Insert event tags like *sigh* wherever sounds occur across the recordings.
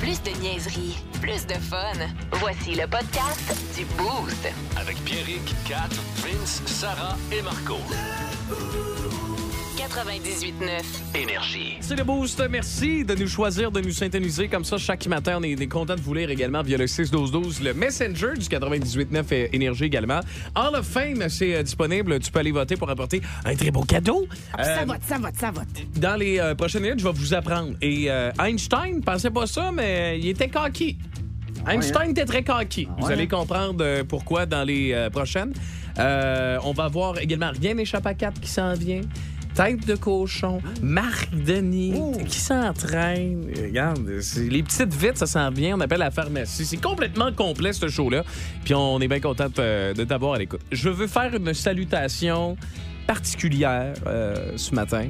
Plus de niaiserie, plus de fun. Voici le podcast du Boost. Avec Pierrick, Kat, Vince, Sarah et Marco. 98.9. Énergie. C'est le boost. Merci de nous choisir, de nous synthétiser comme ça chaque matin. On est, on est content de vous lire également via le 6-12-12, le Messenger du 98.9 et Énergie également. Hall of Fame, c'est euh, disponible. Tu peux aller voter pour apporter un très beau cadeau. Ça Euh, vote, ça vote, ça vote. dans les euh, prochaines minutes, je vais vous apprendre. Et euh, Einstein, pensez pas ça, mais il était coquille. Einstein était très coquille. Vous allez comprendre euh, pourquoi dans les euh, prochaines. Euh, on va voir également Rien n'échappe à quatre qui s'en vient. Tête de cochon, Marc Denis qui s'entraîne. Euh, Regarde, c'est- les petites vites, ça s'en vient. On appelle à la pharmacie. C'est complètement complet, ce show-là. Puis on est bien content euh, de t'avoir à l'écoute. Je veux faire une salutation particulière euh, ce matin.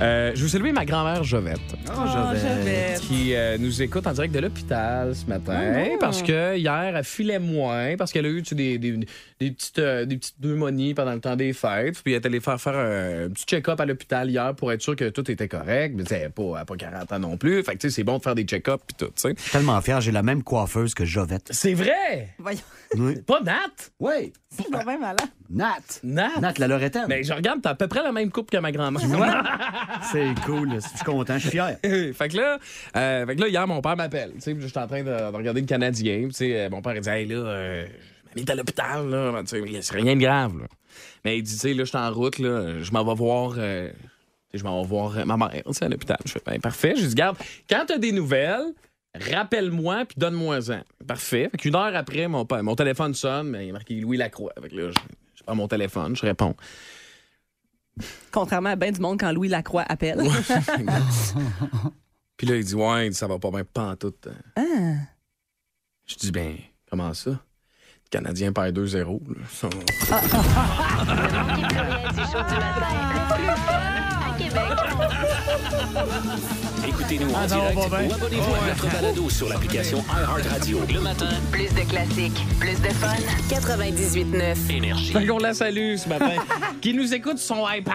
Euh, je veux saluer ma grand-mère Ah, Jovette, qui euh, nous écoute en direct de l'hôpital ce matin, parce que hier, elle filait moins, parce qu'elle a eu tu sais, des, des- des petites, euh, des petites pneumonies pendant le temps des fêtes, puis elle est allée faire, faire un, petit check-up à l'hôpital hier pour être sûr que tout était correct, mais tu sais, elle n'a pas, elle a pas 40 ans non plus, fait que tu sais, c'est bon de faire des check-ups puis tout, tu sais. suis tellement fier, j'ai la même coiffeuse que Jovette. C'est vrai! Voyons, *laughs* Pas Nat! Oui, c'est quand même malin. Nat. Nat! Nat, la Lorettaine. Mais je regarde, t'as à peu près la même coupe que ma grand-mère. C'est cool, je suis content, je suis fier. *laughs* fait que là, euh, fait que là, hier, mon père m'appelle. Tu sais, puis j'étais en train de, de regarder le Canadien. Puis, tu sais, euh, mon père, il dit, hey, là, euh, mamie est à l'hôpital, là. Tu sais, mais c'est rien de grave, là. Mais il dit, tu sais, là, je suis en route, là. Je m'en vais voir. euh, tu sais, je m'en vais voir euh, ma mère, tu sais, à l'hôpital. Je fais, ben, parfait. Je lui dis, garde, quand t'as des nouvelles, rappelle-moi, puis donne-moi-en. Parfait. Fait qu'une heure après, mon père, mon téléphone sonne, mais il est marqué Louis Lacroix. Fait que là, je, je prends mon téléphone, je réponds. Contrairement à bien du monde quand Louis Lacroix appelle. *laughs* Puis là, il dit, ouais, il dit, ça va pas bien pantoute. Je dis, ben, comment ça? Le Canadien perd 2-0. là. Ça- Du show du matin. Plus fun à Québec. Écoutez-nous en direct ou abonnez-vous à notre balado sur l'application iHeartRadio. Le matin, Plus de classiques, plus de fun. 98.9. Énergie. Fait qu'on la salue ce *laughs* matin. qui nous écoute sur son iPad.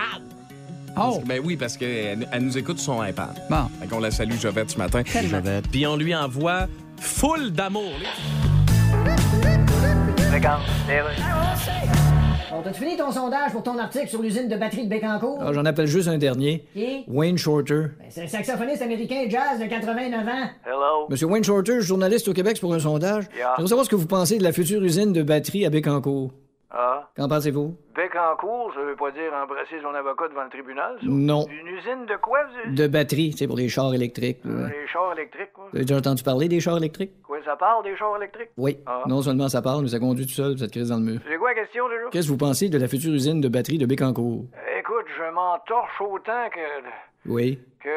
Oh! ben oui, parce qu'elle elle nous écoute sur son iPad. Bon. Fait qu'on la salue, Jovette, ce matin. Jovette. Puis on lui envoie full d'amour. Bon, t'as-tu fini ton sondage pour ton article sur l'usine de batterie de Bécancourt? Ah, J'en appelle juste un dernier. Qui? Wayne Shorter. Ben, C'est un saxophoniste américain jazz de 89 ans. Monsieur Wayne Shorter, journaliste au Québec c'est pour un sondage. Je veux savoir ce que vous pensez de la future usine de batterie à Bécancour. Ah, Qu'en pensez-vous? bec en cours, ça veut pas dire embrasser son avocat devant le tribunal, ça. Non. Une usine de quoi, vous De batterie, c'est pour les chars électriques. là. Les chars électriques, quoi. Vous avez déjà entendu parler des chars électriques? Quoi, ça parle des chars électriques? Oui. Ah. Non seulement ça parle, mais ça conduit tout seul, cette crise dans le mur. C'est quoi la question, déjà? Qu'est-ce que vous pensez de la future usine de batterie de Bécancour? Écoute, je m'en torche autant que... Oui. que...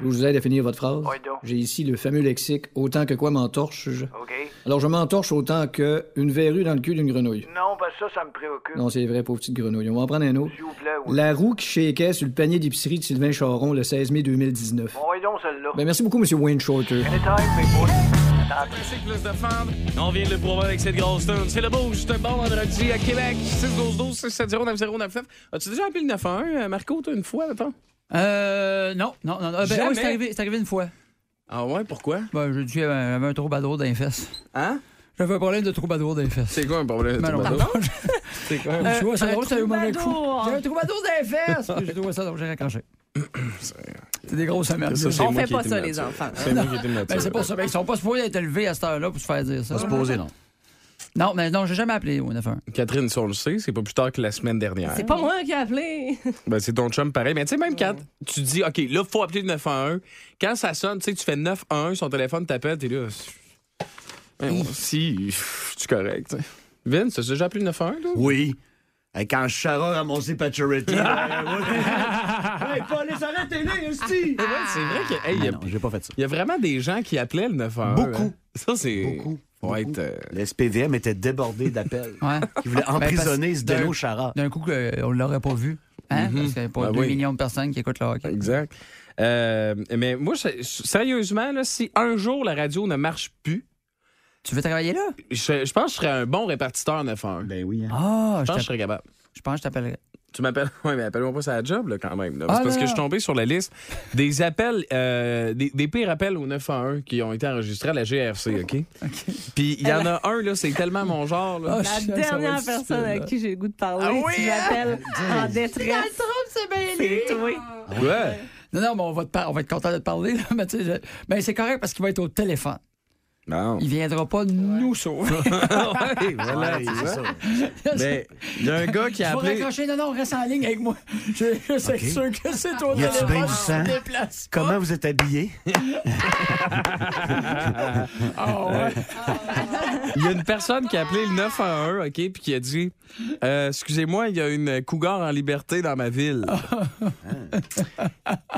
Je vous aide à finir votre phrase. Oui, donc. J'ai ici le fameux lexique autant que quoi m'entorche. je- OK. Alors je m'entorche autant que une verrue dans le cul d'une grenouille. Non, parce que ça, ça me préoccupe. Non, c'est vrai, pauvre petite grenouille. On va en prendre un autre. S'il vous plaît, oui. La roue qui shakeait sur le panier d'épicerie de Sylvain Charon le 16 mai 2019. Bon, et donc, celle-là. Ben, merci beaucoup, Monsieur Wayne Shorter. Anytime, mais bon. Classique plus de fun. On vient de le prouver avec cette grosse tune. C'est le boost. Bon vendredi à Québec. 612 670 9099 As-tu déjà appelé le 911, euh, Marco, toi, une fois, attends? Euh, non, non, non. non. Ah, ben, Jamais. oui, c'est arrivé, c'est arrivé une fois. Ah ouais, pourquoi? Ben, j'ai dit, j'avais j'avais un troubadour dans les fesses. Hein? J'avais un problème de troubadour dans les fesses. C'est quoi un problème? Mais non, *laughs* C'est quoi? Euh, tu vois, c'est un drôle, ça a eu un mauvais coup. troubadour. J'ai un troubadour dans les fesses! Puis J'ai trouvé ça, donc j'ai raccroché. C'est des grosses emmerdes. Ah, Ça, c'est On moi fait qui pas étais ça, le les nature. enfants. C'est *laughs* moi qui étais le nature. Ben, c'est pas ça. Ben, ils sont pas supposés être élevés à cette heure-là pour se faire dire ça. Pas se poser, non. Non, mais non, j'ai jamais appelé au 91. Catherine, si on le sait, c'est pas plus tard que la semaine dernière. C'est pas moi qui ai appelé. Ben, c'est ton chum pareil. Mais tu sais, même quand tu dis, OK, là, faut appeler le 911, quand ça sonne, tu sais, tu fais 911, son téléphone t'appelle, t'es là. Ben, bon, si, *laughs* je suis correct. tu sais. Vince, t'as déjà appelé le 911, là? *laughs* Oui. Hey, Quand Chara a mon Paturity. euh, Hey, Paul, les arrêts, t'es né, hostie! Ouais, c'est vrai que. hey, il y, Ah a- Non, j'ai pas fait ça. il y a vraiment des gens qui appelaient le 911. Beaucoup. hein. Ça, c'est. Beaucoup. Faut Beaucoup. être. euh, Le SPVM était débordé d'appels. Ouais. Ben, Ils voulaient emprisonner parce- ce Mm-hmm. Deno d'un- Chara. D'un coup, que- euh, on l'aurait pas vu. Hein? Parce qu'il y a pas Ben 2 oui. millions de personnes qui écoutent le hockey. Exact. Euh, mais moi, je- sérieusement, là, si un jour la radio ne marche plus, Tu veux travailler là? je, je pense que je serais un bon répartiteur 911. Ben oui, hein. Ah, Je pense que je t'app- je serais capable. je pense que je t'appellerai. Tu m'appelles. Oui, mais appelle-moi pas ça la job, là, quand même. là. Ah, C'est parce non, que non. je suis tombé sur la liste des appels, euh, des, des pires appels au 911 qui ont été enregistrés à la GRC, OK? Puis il y en a un, là, c'est tellement mon genre, là. La Ah, je- ça va dernière être difficile, personne à là. qui j'ai le goût de parler, Ah oui, tu m'appelles en détresse. C'est toi. Ah, Ouais. Non, non, mais on va, te par- on va être content de te parler. là, *laughs* mais tu sais, je- ben, c'est correct parce qu'il va être au téléphone. Non. Il viendra pas nous sauver. Ouais, voilà, Ouais, c'est c'est ça. ça. Mais il y a un gars qui a *laughs* Je vais appelé. raccrocher. Non, non, reste en ligne avec moi. *laughs* Je, je sais sûr que c'est au Y a-tu téléphone. bien du on sang? se déplace pas. Comment vous êtes habillé? Ah, ouais. Il y a une personne qui a appelé le 911, OK, puis qui a dit Euh, Excusez-moi, il y a une cougar en liberté dans ma ville.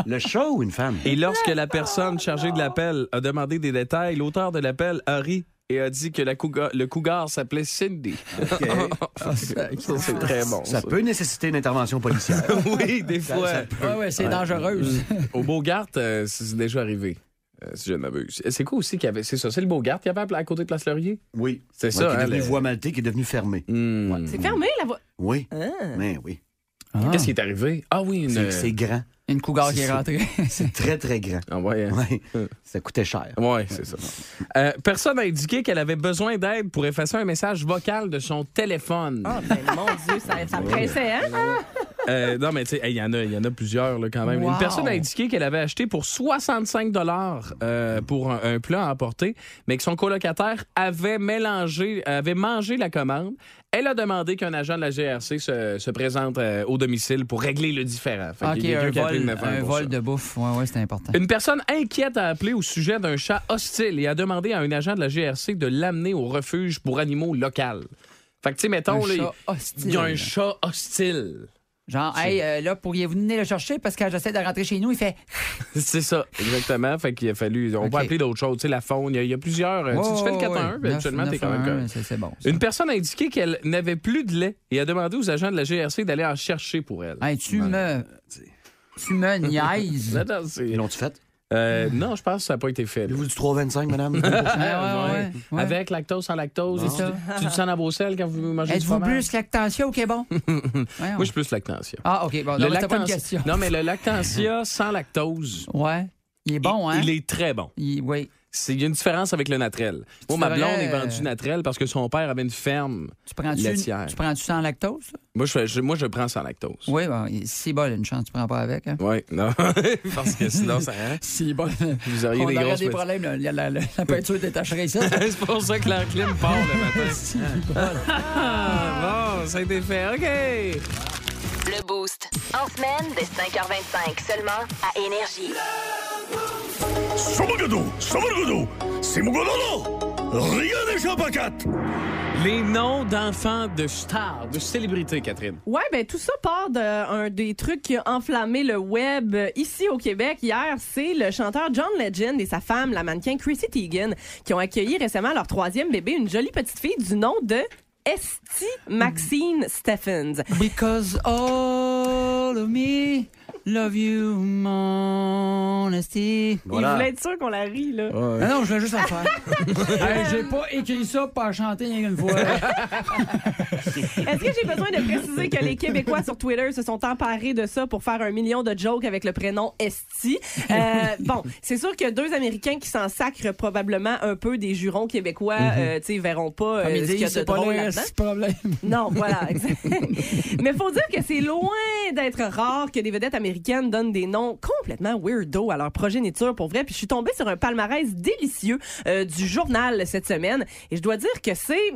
Le chat ou une femme? Et lorsque la personne chargée de l'appel a demandé des détails, l'auteur de l'appel a ri et a dit que la cougar- le cougar s'appelait Cindy. *laughs* Ah, Ça, c'est très bon. Ça peut nécessiter une intervention policière. Oui, des fois. Ouais, ouais, c'est dangereuse. Au Beaugard, euh, c'est déjà arrivé. euh, si je ne m'abuse. C'est quoi aussi qu'il y avait. C'est ça, c'est le Beaugard qui avait appelé à côté de Place Laurier? Oui. C'est Ouais, ça, Qui est hein, devenu le- voie maltée, qui est devenue fermée. Hmm. C'est fermé, la voix. Oui. Mais oui. Qu'est-ce qui est arrivé? Ah oui, une. C'est c'est grand. Une cougar qui est C'est- rentrée. *laughs* C'est très, très *laughs* grand. Ah ouais, hein. Ouais. Ça coûtait cher. Oui, c'est ça. Euh, personne n'a indiqué qu'elle avait besoin d'aide pour effacer un message vocal de son téléphone. Ah, ben mon Dieu, ça, ça pressait, hein? Euh, non, mais tu sais, hey, il y, en a- il y en a plusieurs là, quand même. Wow. Une personne a indiqué qu'elle avait acheté pour 65 dollars euh, pour un, un plat à emporter, mais que son colocataire avait mélangé, avait mangé la commande. Elle a demandé qu'un agent de la GRC se, se présente euh, au domicile pour régler le différend. Fait Ok, qu'il y a un quelqu'un qui a appelé le 911 vol, un pour ça. vol de bouffe. Ouais, ouais, c'est important. Une personne inquiète a appelé au sujet d'un chat hostile et a demandé à un agent de la GRC de l'amener au refuge pour animaux local. Fait que, tu sais, mettons, Un là, chat il y a un hostile. chat hostile. Genre, hey, euh, là, pourriez-vous venir le chercher parce que j'essaie de rentrer chez nous? Il fait. C'est ça, exactement. Fait qu'il a fallu. On peut Ok. appeler d'autres choses. Tu sais, la faune, il y a- il y, a plusieurs. euh, tu- tu fais le 4-1, Oh, Ouais, ouais, habituellement, t'es quand même 9-1-1, correct. C'est c'est bon. ça. Une personne a indiqué qu'elle n'avait plus de lait et a demandé aux agents de la GRC d'aller en chercher pour elle. Hey, tu me. Tu me niaises. *laughs* Non, non, c'est- Ils l'ont-tu fait? Euh, non, je pense que ça n'a pas été fait. là. Ah, Avez-vous du 3,25, *laughs* madame? Ouais, Ah, ouais, ouais, ouais. Avec lactose, sans lactose. C'est ça. Tu le sens dans vos selles quand vous mangez du Êtes-vous fromage? plus lactantia ou qu'est *laughs* bon? Voyons. Moi, je suis plus lactantia. Ah, OK. Bon, non, mais c'était pas une lactantia- question. non, mais le lactantia sans lactose, Ouais. Il est bon, il, hein? il est très bon. Il- Oui. C'est- Il y a une différence avec le natrel. Moi, Tu ma devrais, blonde est euh, vendue natrel parce que son père avait une ferme. Tu prends-tu Laitière. tu prends-tu sans lactose? là? Moi, je, fais- je- moi, je prends sans lactose. Oui, bon, il- c'est bon, une chance, tu prends pas avec. *laughs* Hein? Oui, non. Parce que sinon, ça. C'est bon. Vous auriez On des aurait grosses. des problèmes. là. La, la- la- la peinture détacherait *laughs* ça. *laughs* C'est pour ça que la clim part le matin. Ah, bon, ça a été fait. OK. Le Boost. En semaine, dès 5h25, seulement à Énergie. Ah, Les noms d'enfants de stars, de célébrités, Catherine. Ouais, ben tout ça part d'un des trucs qui a enflammé le web euh, ici au Québec hier. C'est le chanteur John Legend et sa femme, la mannequin Chrissy Teigen, qui ont accueilli récemment leur troisième bébé, une jolie petite fille du nom de Esty Maxine Stephens. Because all of me love you, mon honesty. Il Voilà. voulait être sûr qu'on la rit, là. Non, non, je voulais juste en faire. *laughs* Hey, J'ai pas écrit ça pour en chanter rien qu'une fois. *laughs* Est-ce que j'ai besoin de préciser que les Québécois sur Twitter se sont emparés de ça pour faire un million de jokes avec le prénom Esti? *laughs* Euh, bon, c'est sûr que deux Américains qui s'en sacrent probablement un peu des jurons québécois, euh, tu sais, verront pas euh, Mhm. Comme ils ce qu'il y a disent, de c'est pas drôle le là-dedans. c'est le problème. Non, voilà, exact. *laughs* Mais faut dire que c'est loin d'être rare que des vedettes américaines donnent des noms complètement weirdo à leur progéniture pour vrai. Puis je suis tombée sur un palmarès délicieux euh, du journal cette semaine et je dois dire que c'est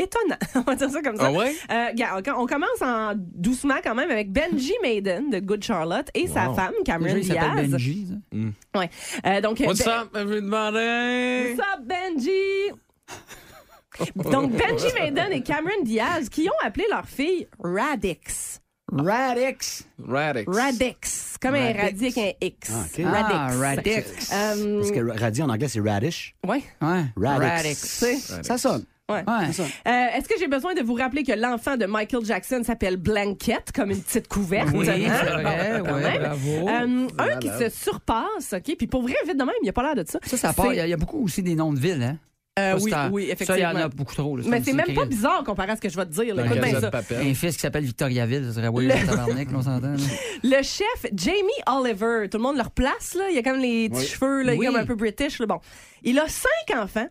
étonnant. *laughs* On va dire ça comme ça. Ah ouais? Euh, regarde, on on commence en doucement quand même avec Benji Maiden de Good Charlotte et sa femme Cameron Déjà, il s'appelle Diaz. Benji. ça. Ouais. Euh, donc What's Ben- up? Je vais demander. What's up, Benji? Donc, Benji Maiden et Cameron Diaz qui ont appelé leur fille Radix. Radix. Radix. Radix. Comme un radis avec un X. Ah, ok. Radix. Ah, Radix. Euh, Parce que ra- radis en anglais, c'est radish. ouais, Ouais. Radix. c'est. Ça sonne. Ouais. Ouais. Euh, Est-ce que j'ai besoin de vous rappeler que l'enfant de Michael Jackson s'appelle Blanket, comme une petite couverte? Oui, c'est Hein? vrai, Bon, quand ouais, même. bravo. Euh, un qui se surpasse, OK? Puis pour vrai, vite de même, il n'y a pas l'air de ça. Ça, ça part. C'est- Il y, a- il y a beaucoup aussi des noms de villes, hein? Euh, Ça, oui, c'est un- oui, Ça, il y en a effectivement. beaucoup trop. là. Mais une- c'est même une pas crise. bizarre comparé à ce que je vais te dire. là. Un Écoute ben, bien gazette ça. papel. Un fils qui s'appelle Victoriaville, ça serait weird, tabarnak, on s'entend. là. *laughs* Le chef Jamie Oliver, tout le monde leur place, là. Il a comme les petits cheveux, là. Il Oui. est comme un peu british, là. Bon. Il a cinq enfants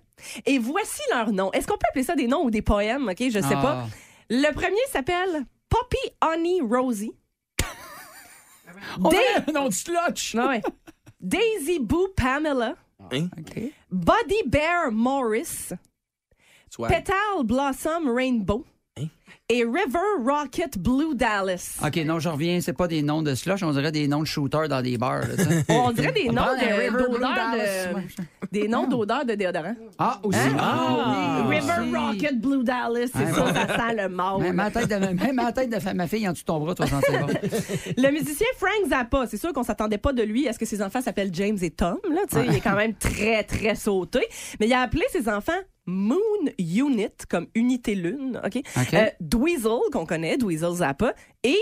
et voici leurs noms. Est-ce qu'on peut appeler ça des noms ou des poèmes? OK, je sais Ah. pas. Le premier s'appelle Poppy Honey *laughs* Rosie. On Des- a un nom de Oh, slotch. Ah. Ah *laughs* ouais. Daisy Boo Pamela. OK. Buddy Bear Morris. Soit- Petal Blossom Rainbow. Hein? Et River Rocket Blue Dallas. OK, non, je reviens, c'est pas des noms de slush, on dirait des noms de shooters dans des bars. là, tu sais. On dirait des noms parle d'un de- River Blue d'odeurs Dallas, de, ouais. des noms d'odeurs de déodorant. Ah, aussi. Hein? Ah, oui, aussi. River Rocket Blue Dallas, c'est Ouais. ça, ça sent le mort. Même ma tête de, même à la tête de fa- ma fille en dessous de ton bras, toi, sentais *laughs* bon. Le musicien Frank Zappa, c'est sûr qu'on s'attendait pas de lui à ce que ses enfants s'appellent James et Tom. Là, tu sais, Il est quand même très, très sauté. Mais il a appelé ses enfants Moon Unit, comme unité lune, OK? OK. Euh, Dweezil, qu'on connaît, Dweezil Zappa, et...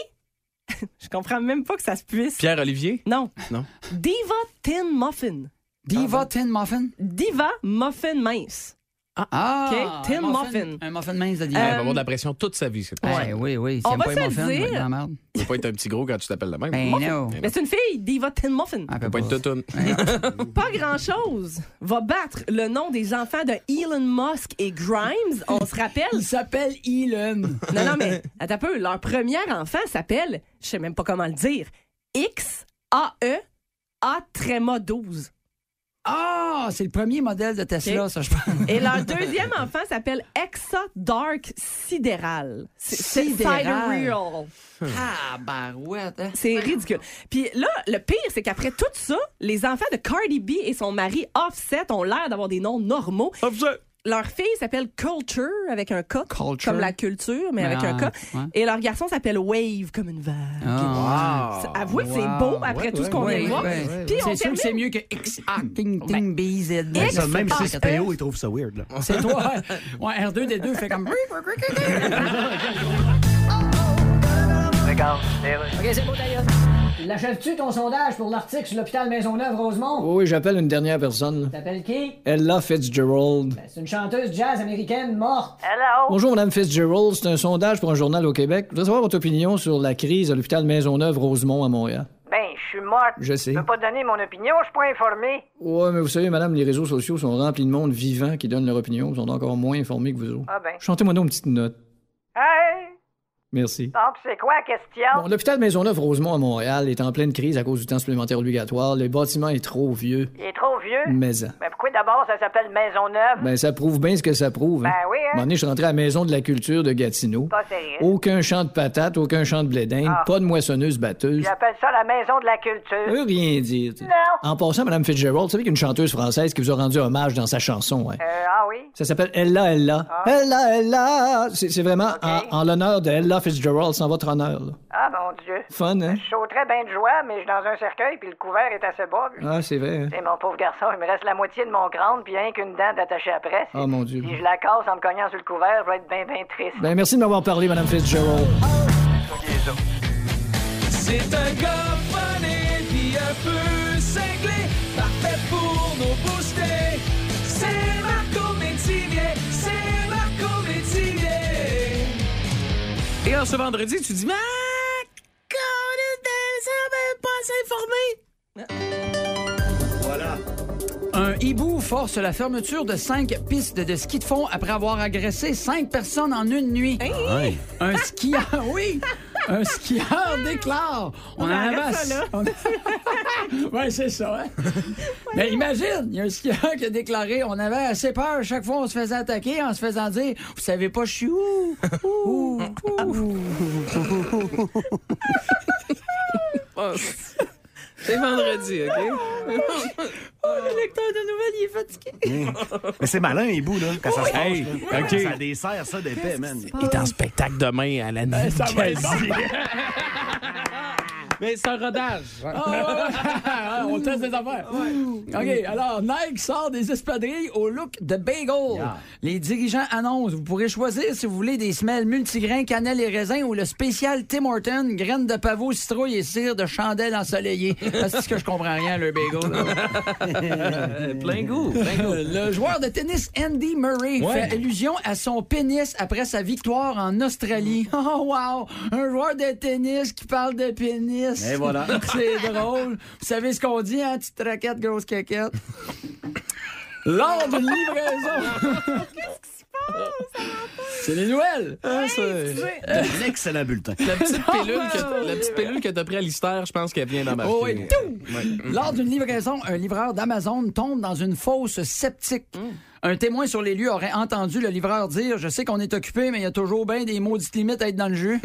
*laughs* Je comprends même pas que ça se puisse. Pierre-Olivier? Non. Non. Diva Tin Muffin. Diva Tin Muffin. Diva Muffin Mince. Ah, OK, Tin un Muffin. Un muffin mince de Ouais, Diva. il va avoir de la pression toute sa vie, c'est pas Ouais, Ben oui, oui. On C'est va pas se un le muffin, dire. de la merde. Tu peux pas être un petit gros quand tu t'appelles de même. Ben Tu non. Mais c'est une fille, Diva Tin Muffin. Elle peut peux pas pas. être toutoune. Pas grand-chose va battre le nom des enfants de Elon Musk et Grimes. On se rappelle. s'appelle Elon. Non, non, mais attends un peu. Leur premier enfant s'appelle, je sais même pas comment le dire, X-A-E. A tréma 12. Ah, c'est le premier modèle de Tesla, OK. ça, je pense. *laughs* Et leur deuxième enfant s'appelle Exa Dark Sidéral. C'est- c'est Sidéral. Sidereal. Ah, barouette, hein. C'est ridicule. Puis là, le pire, c'est qu'après tout ça, les enfants de Cardi B et son mari Offset ont l'air d'avoir des noms normaux. Leur fille s'appelle Culture avec un K, Culture. comme la culture, mais Mais avec un en- K. ouais. Et leur garçon s'appelle Wave, comme une vague. Ah. C'est- Avouez que c'est beau après tout ce qu'on vient de voir. Puis on C'est sûr que c'est termine. mieux que X A King Ting BZ. X- Ça, même Ah, si PO, Oh, il trouve ça weird. Là. C'est *laughs* toi. Ouais, R2D2 fait comme. L'achèves-tu ton sondage pour l'article sur l'hôpital Maisonneuve-Rosemont? Oui, oui, j'appelle une dernière personne. T'appelles qui? Ella Fitzgerald. C'est une chanteuse jazz américaine morte. Bonjour, Madame Fitzgerald. C'est un sondage pour un journal au Québec. Je voudrais savoir votre opinion sur la crise à l'hôpital Maisonneuve-Rosemont à Montréal. Ben, je suis morte. Je sais. Je peux pas donner mon opinion, je suis pas informé. Ouais, mais vous savez, Madame, les réseaux sociaux sont remplis de monde vivant qui donne leur opinion. Ils sont encore moins informés que vous autres. Ah ben. Chantez-moi donc une petite note. Hey! Merci. Donc, c'est quoi la question? Bon, l'hôpital Maisonneuve-Rosemont à Montréal est en pleine crise à cause du temps supplémentaire obligatoire. Le bâtiment est trop vieux. Il est trop vieux. Mais hein. Ben, pourquoi d'abord ça s'appelle Maisonneuve? ben, ça prouve bien ce que ça prouve. hein. Ben oui, hein. Un moment donné, je suis rentré à la Maison de la Culture de Gatineau. Pas Ah. sérieux. Aucun champ de patates, aucun champ de blé d'Inde, pas de moissonneuse-batteuse. J'appelle ça la maison de la culture. peut rien dire. tu sais. Non. En passant, Mme Fitzgerald, vous savez qu'il y a une chanteuse française qui vous a rendu hommage dans sa chanson. hein? Euh, ah oui? Ça s'appelle Ella Ella. Ella Ella! C'est c'est vraiment en, en l'honneur de Ella Fitzgerald, sans votre honneur. là. Ah, mon Dieu. Fun, hein? Je sauterais bien de joie, mais je suis dans un cercueil, puis le couvert est assez bas. puis- Ah, c'est vrai. hein? Et mon pauvre garçon, il me reste la moitié de mon crâne, puis rien qu'une dent d'attacher après. Ah, mon Dieu. Si je la casse en me cognant sur le couvert, je vais être bien, bien triste. Ben, merci de m'avoir parlé, Mme Fitzgerald. C'est un gars funny, puis un peu cinglé, parfait pour nous booster. C'est Marco Métivier, c'est Marco Métivier. Et en ce vendredi, tu dis, Ah! Marco, on Voilà. Un hibou force la fermeture de cinq pistes de ski de fond après avoir agressé cinq personnes en une nuit. Un skieur, *laughs* oui! Un skieur déclare. On, en arrête avait ça, là. on- *laughs* ouais, c'est ça, hein? *laughs* Mais imagine, il y a un skieur qui a déclaré on avait assez peur, chaque fois on se faisait attaquer en se faisant dire Vous savez pas, je suis où? Ouh, ouh. C'est vendredi, OK? Mais c'est malin, les bouts, là, quand ça se passe. Hey, là. ok. Ça dessert ça d'épais, man. Il est en spectacle demain à la nuit. Mais c'est un rodage. Ah, on teste des affaires. OK, alors Nike sort des espadrilles au look de bagel. Les dirigeants annoncent, vous pourrez choisir si vous voulez des semelles multigrains, cannelle et raisin ou le spécial Tim Horton, graines de pavot, citrouille et cire de chandelle ensoleillée. C'est ce que je comprends rien, le bagel. plein goût, plein goût. Ben, Le joueur de tennis Andy Murray Ouais. fait allusion à son pénis après sa victoire en Australie. *laughs* Oh wow! Un joueur de tennis qui parle de pénis. Et voilà. *laughs* C'est drôle. Vous savez ce qu'on dit, hein? Petite raquette, grosse caquette. Lors d'une livraison. *laughs* C'est les nouvelles. De L'excellent bulletin. La petite pilule que, la petite pilule que t'as pris à l'hystère, je pense qu'elle vient d'embarquer. Oh oui. Tout! Lors d'une livraison, un livreur d'Amazon tombe dans une fosse sceptique. Un témoin sur les lieux aurait entendu le livreur dire Je sais qu'on est occupé, mais il y a toujours bien des maudites limites à être dans le jus.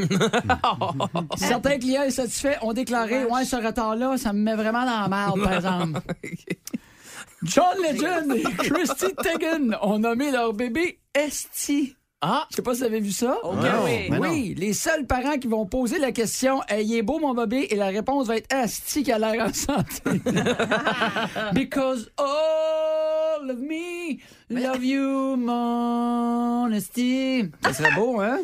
Certains clients insatisfaits ont déclaré Ouais, ce retard-là, ça me met vraiment dans la merde, par exemple. John Legend et Christy Teigen ont nommé leur bébé Esti. Ah, je sais pas si vous avez vu ça. Non, oui. mais non. Oui, les seuls parents qui vont poser la question Hey, il est beau mon bébé et la réponse va être Asti qui a l'air en santé. *laughs* Because all of me love you, mon Asti. Ça serait beau, hein?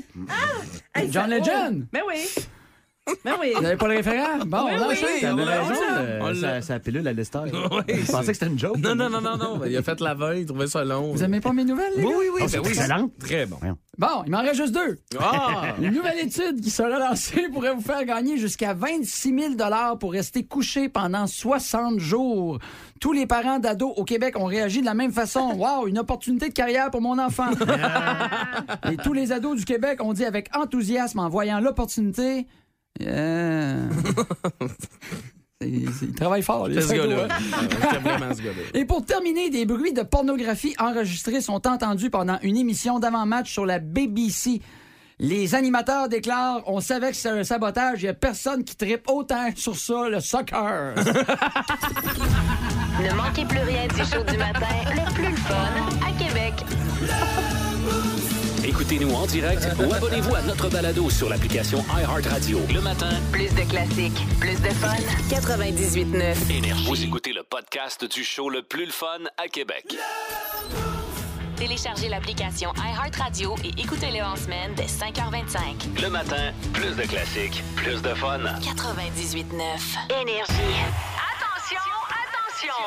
Hey, John ça- Legend. oh! Ben oui. Ben oui. Vous n'avez pas le référent? Bon, Oui, on oui. enchaîne. T'avais l'a- raison, on le- l'a- sa, sa pilule à l'ester. *laughs* Oui, Je pensais que c'était une joke. Non, non, non, non, non. Il a fait la veille, il trouvait ça long. Vous aimez pas mes nouvelles, les Oui, gars? oui, oui. Oh, ben c'est oui, excellent. Très bon. Bon, il m'en reste juste deux. Ah! Une nouvelle étude qui sera lancée pourrait vous faire gagner jusqu'à 26 000 pour rester couché pendant 60 jours. Tous les parents d'ados au Québec ont réagi de la même façon. Wow, une opportunité de carrière pour mon enfant. Et tous les ados du Québec ont dit avec enthousiasme en voyant l'opportunité. Yeah. C'est- c'est- Ils travaillent fort, les C'est ce ados, gars-là. hein. C'est vraiment ce gars-là. Et pour terminer, des bruits de pornographie enregistrés sont entendus pendant une émission d'avant-match sur la BBC. Les animateurs déclarent on savait que c'était un sabotage, il n'y a personne qui tripe autant sur ça, le soccer. *laughs* Ne manquez plus rien du show du matin, le plus le fun à Québec. Écoutez-nous en direct ou abonnez-vous à notre balado sur l'application iHeartRadio. Le matin, Plus de classiques, plus de fun. 98.9. énergie. Vous écoutez le podcast du show le plus le fun à Québec. Téléchargez l'application iHeartRadio et écoutez-le en semaine dès 5h25. Le matin, plus de classiques, plus de fun. 98.9. Énergie. Attention, attention!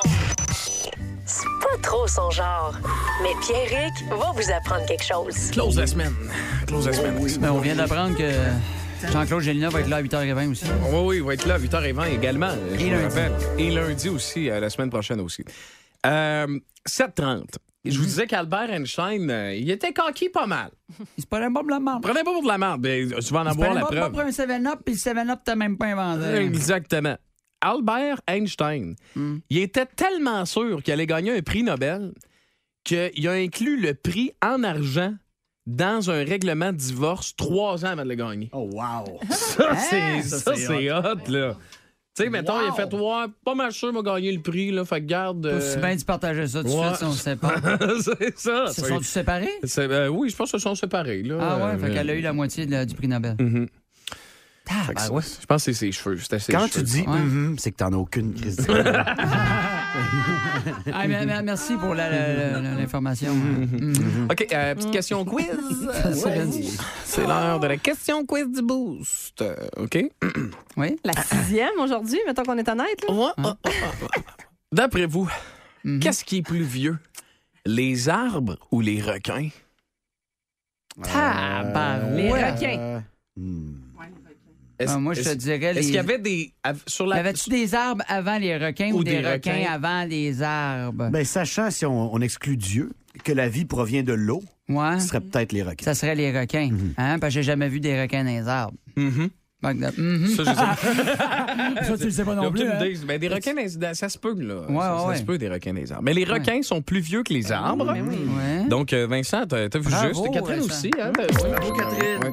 C'est pas trop son genre. Mais Pierrick va vous apprendre quelque chose. Close la semaine. Close la semaine. Ben, Oui, Ben, on vient d'apprendre que Jean-Claude Gélina va être là à 8h20 aussi. oui, il va être là à 8h20 également. je vous lundi. rappelle. Et lundi aussi, euh, la semaine prochaine aussi. Euh, 7h30. Je Mhm. vous disais qu'Albert Einstein, euh, il était conquis pas mal. Il se prend un bon la marde. Prenez pas pour de la merde, mais tu vas en Il se avoir prenait la pas- pas preuve. pour un 7-up, puis le 7-up, t'as même pas inventé. Exactement. Albert Einstein, Mm. il était tellement sûr qu'il allait gagner un prix Nobel qu'il a inclus le prix en argent dans un règlement de divorce trois ans avant de le gagner. Oh, wow. Ça, Ah, c'est ça, c'est c'est hot, là. Tu sais, mettons, il a fait Ouais, pas mal sûr, m'a gagné le prix, là. Fait que garde. euh, Aussi ben, *laughs* bien dû partager ça tout de ouais. suite si on se sépare. c'est *laughs* ça. Ils se c'est- sont-tu séparés? c'est- euh, oui, je pense qu'ils se sont séparés, là. Ah ouais, fait Euh, qu'elle a eu la moitié de la- du prix Nobel. Mm-hmm. Fait que Ah, ça- ouais. Je pense que c'est ses cheveux. C'était ses Quand tu cheveux. dis Ouais. Mhm c'est que t'en as aucune crise. *laughs* d'idée. Ah, mais- mais- merci pour la- la- la- l'information. Mhm. OK, euh, petite question quiz. *laughs* C'est l'heure de la question quiz du boost. Euh, OK? Oui. La sixième aujourd'hui, mettons qu'on est honnête. là. Ouais, ah, ah, ah. D'après vous, Mhm. qu'est-ce qui est plus vieux? Les arbres ou les requins? Les Tabarouette. requins. Euh, hmm. Est-ce- Ah, moi, je te est-ce- dirais. Les... Est-ce qu'il y avait des. av- Sur la. Avais-tu des arbres avant les requins ou, des, requins, avant les arbres? Ben, sachant, si on, on exclut Dieu, que la vie provient de l'eau, Moi, ce serait peut-être les requins. Mhm. ça serait les requins. Hein? Parce que j'ai jamais vu des requins dans les arbres. Mhm. Fait que de- mhm. *laughs* Ça, je sais pas. Ça, tu le sais pas J'ai non aucune plus. hein? idée. Ben, des requins, dans- ça se peut, là. Ouais, ça, ça ouais. se peut, des requins des arbres. Mais les requins sont plus vieux que les arbres. ben Ouais. Donc, euh, Vincent, t'as t'as vu Bravo, juste. Catherine Vincent. aussi. Hein, t'as- Ouais. Ouais.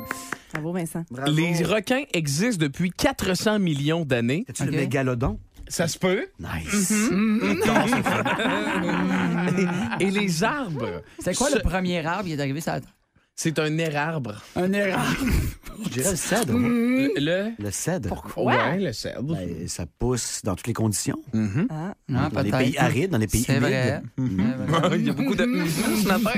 Bravo, Vincent. Bravo. Les requins existent depuis 400 millions d'années. As-tu Ok. Mhm. le mégalodon? Ça se peut. Nice. Et les arbres. C'est quoi le premier arbre qui est arrivé sur la Terre? C'est un érarbre. Un érarbre. Je dirais le cèdre. moi. Mhm. Le, le- Le cèdre. Pourquoi? Ouais, le cèdre. Ben, ça pousse dans toutes les conditions. Ah. Ah, Dans les peut-être. pays arides, dans les pays C'est humides. vrai. *laughs* *laughs* Il y a beaucoup de ce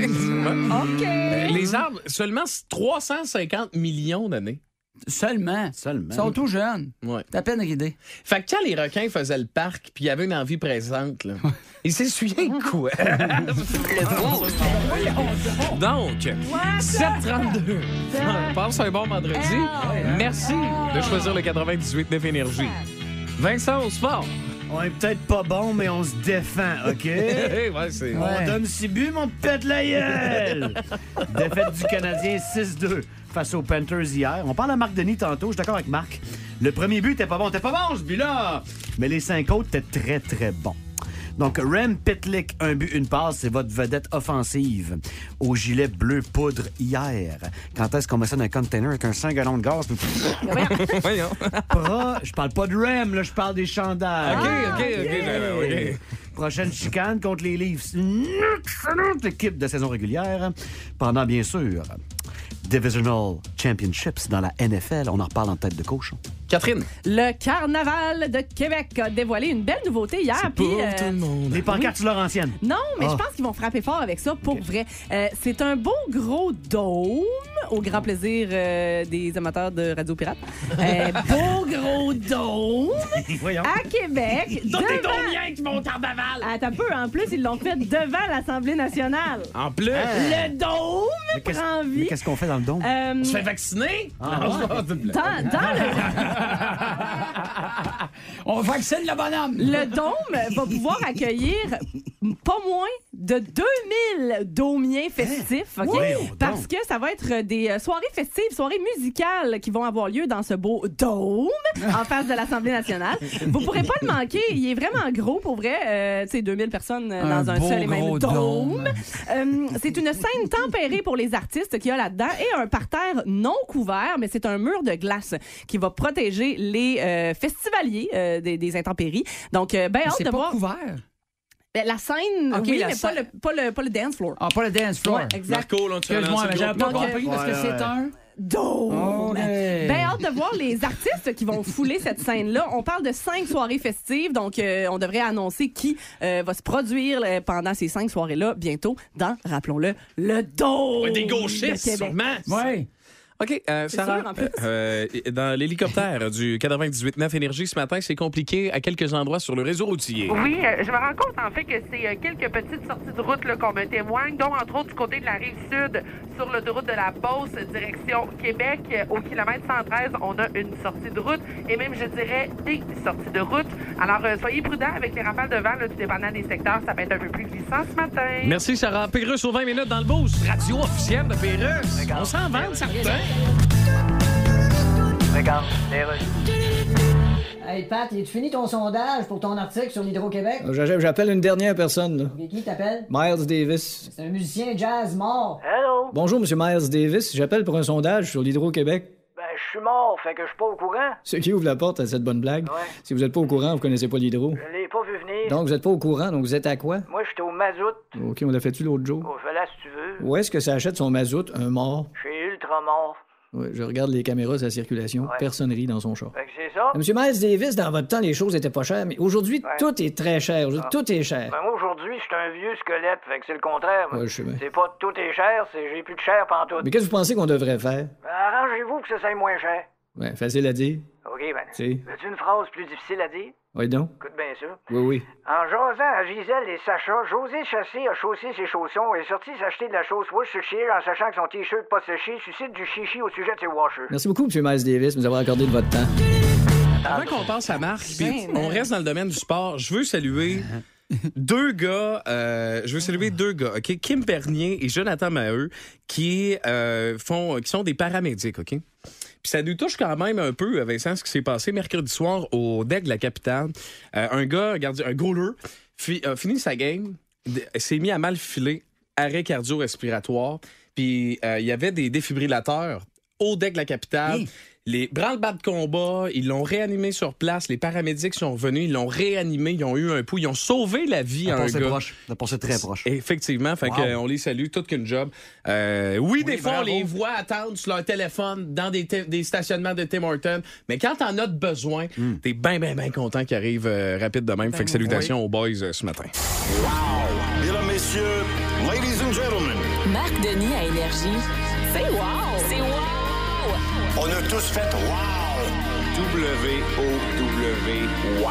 Mm. matin. OK. Euh, Les arbres, seulement 350 millions d'années. Seulement. Seulement. Ils sont tout jeunes. Ouais. T'as peine ridé. Fait que quand les requins faisaient le parc, puis il y avait une envie présente, là, ils s'essuyaient le cou. Le boost. Donc, 732. Passe un bon vendredi. Merci de choisir le 98 9 Énergie. Vincent, au sport. On est peut-être pas bon, mais on se défend, *laughs* OK? *laughs* Eh, ouais, c'est- On donne 6 buts, mais on pète la gueule! *laughs* Défaite du Canadien 6-2 face aux Panthers hier. On parle à Marc Denis tantôt, je suis d'accord avec Marc. Le premier but était pas bon, était pas bon ce but-là! Mais les cinq autres étaient très, très bons. Donc, Rem Pitlick, un but, une passe, c'est votre vedette offensive. Au gilet bleu poudre hier. Quand est-ce qu'on met ça dans un container avec un 5 gallons de gaz? puis- Voyons. OK, Pro- Je parle pas de Rem, là, je parle des chandails. OK, OK. OK. *laughs* Prochaine chicane contre les Leafs. Une excellente équipe de saison régulière. Pendant, bien sûr, Divisional Championships dans la NFL. On en reparle en tête de cochon. Ah Catherine. Le carnaval de Québec a dévoilé une belle nouveauté hier. puis, euh, monde. Les pancartes *laughs* sur Laurentienne. Non, mais je Ah. pense qu'ils vont frapper fort avec ça pour vrai. Euh, c'est un beau gros dôme, au grand plaisir euh, des amateurs de Radio Pirate. *laughs* Euh, beau gros dôme Voyons. Ah, à Québec. devant- Attends un peu, en plus, ils l'ont fait devant l'Assemblée nationale. En plus, Le dôme qu'est-ce- prend Euh, mais vie. qu'est-ce qu'on fait dans le don? Euh, tu fais vacciner? dans, dans le, *laughs* On vaccine le bonhomme. le dôme va pouvoir accueillir pas moins de 2000 daumiens festifs, Hein? OK? Ouais, on Parce donc. que ça va être des euh, soirées festives, soirées musicales qui vont avoir lieu dans ce beau *laughs* dôme en face de l'Assemblée nationale. Vous pourrez pas le manquer, il est vraiment gros pour vrai, euh, tu sais 2000 personnes euh, dans Un un, beau seul et même gros dôme. dôme. Euh, c'est une scène tempérée pour les artistes qu'il y a là-dedans et un parterre non couvert, mais c'est un mur de glace qui va protéger les euh, festivaliers euh, des, des intempéries. Donc, euh, ben Mais hâte C'est de pas voir couvert. Ben, la scène, Ok, oui, la mais scène. pas, le, pas, le, pas le dance floor. Ah, pas le dance floor. Ouais, exact. Marco, là, tu as Excuse-moi, mais lancé le j'avais pas groupe. Donc, compris parce que ouais, c'est ouais. un. Oh, Dôme. ouais. Ben, hâte de voir les artistes qui vont fouler cette scène-là. On parle de cinq soirées festives, donc euh, on devrait annoncer qui euh, va se produire euh, pendant ces cinq soirées-là bientôt dans, rappelons-le, le Dôme. Ouais, Des de gauchistes, Québec. sûrement. Ouais. OK, euh, Sarah, sûr, en plus. euh, euh, dans l'hélicoptère du 98.9 Énergie ce matin, c'est compliqué à quelques endroits sur le réseau routier. Oui, euh, je me rends compte en fait que c'est euh, quelques petites sorties de route là, qu'on me témoigne, dont entre autres du côté de la rive sud, sur l'autoroute de la Beauce, direction Québec, euh, au kilomètre 113, on a une sortie de route et même, je dirais, des sorties de route. Alors, euh, soyez prudents avec les rafales de vent, là, tout dépendant des secteurs, ça peut être un peu plus glissant ce matin. Merci, Sarah. Pérusse aux 20 minutes dans le boost. Radio officielle de Pérusse. On s'en vante, certains. Regarde, Hey Pat, tu fini ton sondage pour ton article sur l'Hydro-Québec? J'a- Euh, J'appelle une dernière personne, là. Et Qui t'appelle? Miles Davis. C'est un musicien jazz mort. Hello? Bonjour, Monsieur Miles Davis. J'appelle pour un sondage sur l'Hydro-Québec. Ben, je suis mort, fait que je suis pas au courant. Ceux qui ouvrent la porte à cette bonne blague. Ouais. Si vous n'êtes pas au courant, vous connaissez pas l'hydro. Je l'ai pas vu venir. Donc, vous n'êtes pas au courant, donc vous êtes à quoi? Moi, j'étais au mazout. OK, on l'a fait-tu l'autre jour? Au là si tu veux. Où est-ce que ça achète son mazout? Un mort. Je suis ultra mort. Ouais, je regarde les caméras de sa circulation. Personne rit dans son char. Fait que c'est ça. Euh, Monsieur Miles Davis, dans votre temps, les choses étaient pas chères, mais aujourd'hui, Ouais. tout est très cher. Aujourd'hui, Tout est cher. Ben, moi, aujourd'hui, je suis un vieux squelette, fait que c'est le contraire. moi. Ouais, je sais bien. C'est pas tout est cher, c'est j'ai plus de chair pantoute. Mais qu'est-ce que vous pensez qu'on devrait faire? Ben, arrangez-vous que ça soit moins cher. Ouais, facile à dire. OK, ben. Si. Veux-tu une phrase plus difficile à dire? Oui, donc. Écoute bien ça. Oui, oui. En jasant à Gisèle et Sacha, José Chassé a chaussé ses chaussons et est sorti s'acheter de la chausse Worcestershire en sachant que son t-shirt pas séché suscite du chichi au sujet de ses washers. Merci beaucoup, Monsieur Miles Davis, de nous avoir accordé de votre temps. Avant qu'on passe à Marc, puis on reste dans le domaine du sport, je veux saluer deux gars, euh, je veux saluer deux gars, OK? Kim Bernier et Jonathan Maheu, qui, euh, font, qui sont des paramédics, OK? Puis ça nous touche quand même un peu, euh, Vincent, ce qui s'est passé mercredi soir au deck de la capitale. Euh, un gars, regardez, un goaler, fi- a fini sa game, d- s'est mis à mal filer, arrêt cardio-respiratoire, puis euh, il y avait des défibrillateurs au deck de la capitale. Les branle-bas de combat, ils l'ont réanimé sur place. Les paramédics sont revenus, ils l'ont réanimé, ils ont eu un pouls, ils ont sauvé la vie La à un pensée gars. proche, la pensée très proche. Effectivement, fait Wow. que, euh, on les salue, toute qu'une job. Euh, oui, Oui, des fois, bravo. on les voit attendre sur leur téléphone dans des, te- des stationnements de Tim Hortons, mais quand t'en as de besoin, Hmm. t'es bien, bien, bien content qu'ils arrivent euh, rapide de même. Ben fait que oui. salutations aux boys euh, ce matin. Mesdames, messieurs, ladies and gentlemen, Marc Denis à Énergie. C'est wow! C'est wow! on a tous fait wow! W-O-W, wow!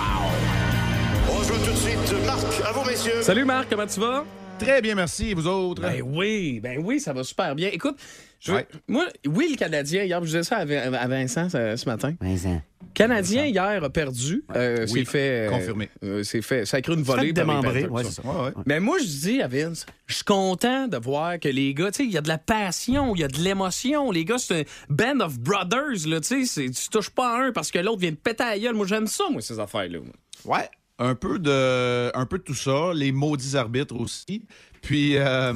On joue tout de suite Marc, à vous, messieurs! Salut Marc, comment tu vas? Très bien, merci. Vous autres? Ben oui, ben oui, ça va super bien. Écoute, je veux- moi, oui, le Canadien, hier, je disais ça à, Vin- à Vincent ce, ce matin. Vincent. Canadien, hier, a perdu. Euh, Oui, s'est fait. euh, confirmé. euh, s'est fait. Ça a créé une fait volée. par les démembrer, Panthers, ouais, ça. c'est ça. Ouais, ouais. Mais moi, je dis à Vince, je suis content de voir que les gars, tu sais, il y a de la passion, il y a de l'émotion. Les gars, c'est un band of brothers, là, tu sais. c'est- Tu touches pas à un parce que l'autre vient de péter à la gueule. Moi, j'aime ça, moi, ces affaires-là. Ouais, un peu de, un peu de tout ça, les maudits arbitres aussi. Puis, *laughs* euh,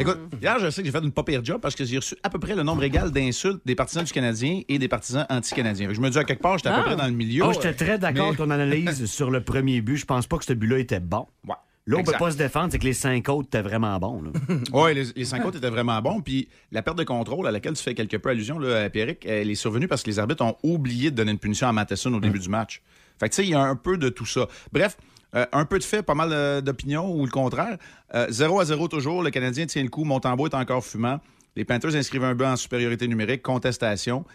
écoute, hier, je sais que j'ai fait une pas pire job parce que j'ai reçu à peu près le nombre égal d'insultes des partisans du Canadien et des partisans anti-canadiens. Fait que Je me dis à quelque part, j'étais à peu près dans le milieu. Moi, Ah, j'étais très d'accord euh, Mais- avec *laughs* ton analyse sur le premier but. Je pense pas que ce but-là était bon. Là, on Exact. peut pas se défendre, c'est que les cinq autres étaient vraiment bons. là. *laughs* Oui, les, les cinq autres étaient vraiment bons. Puis la perte de contrôle à laquelle tu fais quelque peu allusion, là, Pierrick, elle est survenue parce que les arbitres ont oublié de donner une punition à Matheson au début du match. Fait que, tu sais, il y a un peu de tout ça. Bref, euh, un peu de fait, pas mal euh, d'opinions ou le contraire. Euh, 0 à 0 toujours, le Canadien tient le coup, Montembeau est encore fumant. Les Panthers inscrivent un but en supériorité numérique, contestation.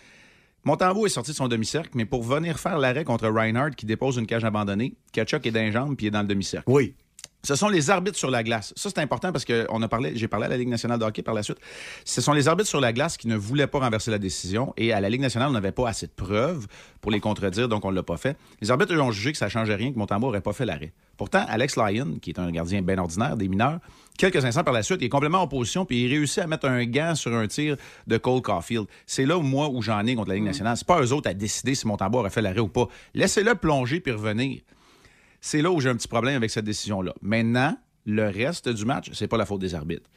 Montembeau est sorti de son demi-cercle, mais pour venir faire l'arrêt contre Reinhardt qui dépose une cage abandonnée, Kachuk est d'un jambe puis il est dans le demi-cercle. Oui. Ce sont les arbitres sur la glace. Ça, c'est important parce que on a parlé, j'ai parlé à la Ligue nationale de hockey par la suite. Ce sont les arbitres sur la glace qui ne voulaient pas renverser la décision et à la Ligue nationale, on n'avait pas assez de preuves pour les contredire, donc on ne l'a pas fait. Les arbitres, eux, ont jugé que ça ne changeait rien, que Montembeau n'aurait pas fait l'arrêt. Pourtant, Alex Lyon, qui est un gardien bien ordinaire des mineurs, quelques instants par la suite, il est complètement en position puis il réussit à mettre un gant sur un tir de Cole Caulfield. C'est là, moi, où j'en ai contre la Ligue nationale. C'est pas eux autres à décider si Montembeau aurait fait l'arrêt ou pas. Laissez-le plonger puis revenir. C'est là où j'ai un petit problème avec cette décision-là. Maintenant, le reste du match, c'est pas la faute des arbitres.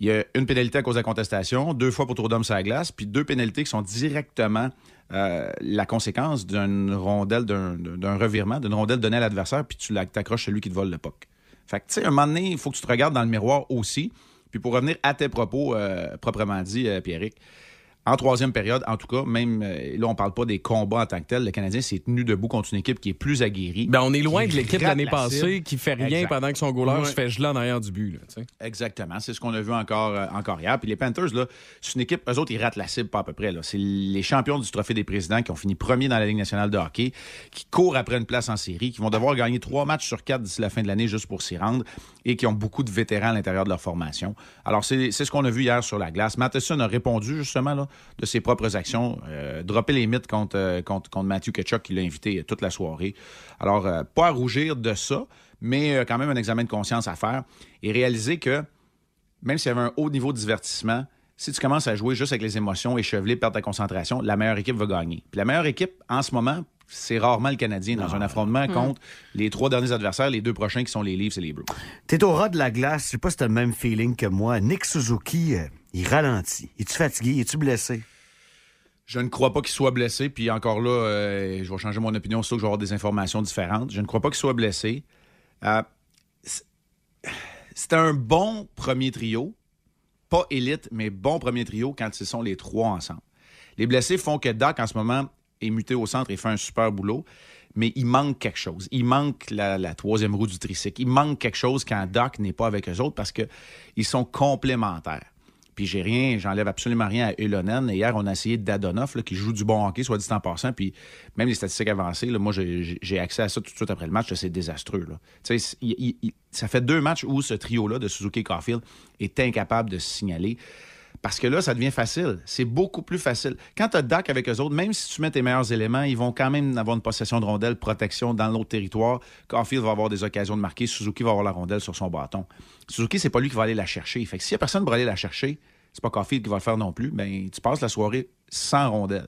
Il y a une pénalité à cause de la contestation, deux fois pour tour d'homme sur la glace, puis deux pénalités qui sont directement euh, la conséquence d'une rondelle, d'un d'un revirement, d'une rondelle donnée à l'adversaire, puis tu la- t'accroches celui qui te vole le puck. Fait que, tu sais, un moment donné, il faut que tu te regardes dans le miroir aussi. Puis pour revenir à tes propos, euh, proprement dit, euh, Pierrick, en troisième période, en tout cas, même euh, là, on parle pas des combats en tant que tels. Le Canadien s'est tenu debout contre une équipe qui est plus aguerrie. Ben, on est loin qui de l'équipe de gratte l'année la passée cible. qui fait rien Exact. pendant que son goaler Ouais. se fait geler en arrière du but. là, tu sais. Exactement. C'est ce qu'on a vu encore, euh, encore hier. Puis les Panthers, là, c'est une équipe, eux autres, ils ratent la cible pas à peu près. là. C'est les champions du Trophée des présidents qui ont fini premier dans la Ligue nationale de hockey, qui courent après une place en série, qui vont devoir gagner trois matchs sur quatre d'ici la fin de l'année juste pour s'y rendre et qui ont beaucoup de vétérans à l'intérieur de leur formation. Alors, c'est c'est ce qu'on a vu hier sur la glace. Matheson a répondu, justement, là, de ses propres actions, euh, dropper les mythes contre, euh, contre, contre Matthew Ketchuk, qui l'a invité euh, toute la soirée. Alors, euh, pas à rougir de ça, mais euh, quand même un examen de conscience à faire et réaliser que même s'il y avait un haut niveau de divertissement, si tu commences à jouer juste avec les émotions, échevelées, perdre ta concentration, la meilleure équipe va gagner. Puis la meilleure équipe, en ce moment, c'est rarement le Canadien dans un affrontement Mm. contre les trois derniers adversaires, les deux prochains qui sont les Leafs et les Blues. T'es au ras de la glace, je sais pas si t'as le même feeling que moi. Nick Suzuki, euh, il ralentit. Es-tu fatigué? Es-tu blessé? Je ne crois pas qu'il soit blessé. Puis encore là, euh, je vais changer mon opinion, surtout que je vais avoir des informations différentes. Je ne crois pas qu'il soit blessé. Euh, c'est- C'était un bon premier trio. Pas élite, mais bon premier trio quand ils sont les trois ensemble. Les blessés font que Doc, en ce moment, est muté au centre et fait un super boulot. Mais il manque quelque chose. Il manque la, la troisième roue du tricycle. Il manque quelque chose quand Doc n'est pas avec eux autres parce qu'ils sont complémentaires. Puis j'ai rien, j'enlève absolument rien à Elonen. Et hier, on a essayé Dadonoff, là, qui joue du bon hockey, soit dit en passant. Puis même les statistiques avancées, là, moi, j'ai- j'ai j'ai accès à ça tout de suite après le match. là, C'est désastreux. là. Tu sais, c'est- il- il- il- ça fait deux matchs où ce trio-là de Suzuki et Caulfield est incapable de se signaler. Parce que là, ça devient facile. C'est beaucoup plus facile. Quand tu as Dak avec eux autres, même si tu mets tes meilleurs éléments, ils vont quand même avoir une possession de rondelle, protection dans l'autre territoire. Caulfield va avoir des occasions de marquer. Suzuki va avoir la rondelle sur son bâton. Suzuki, c'est pas lui qui va aller la chercher. Fait que s'il y a personne pour aller la chercher, c'est pas Caulfield qui va le faire non plus, ben tu passes la soirée sans rondelle.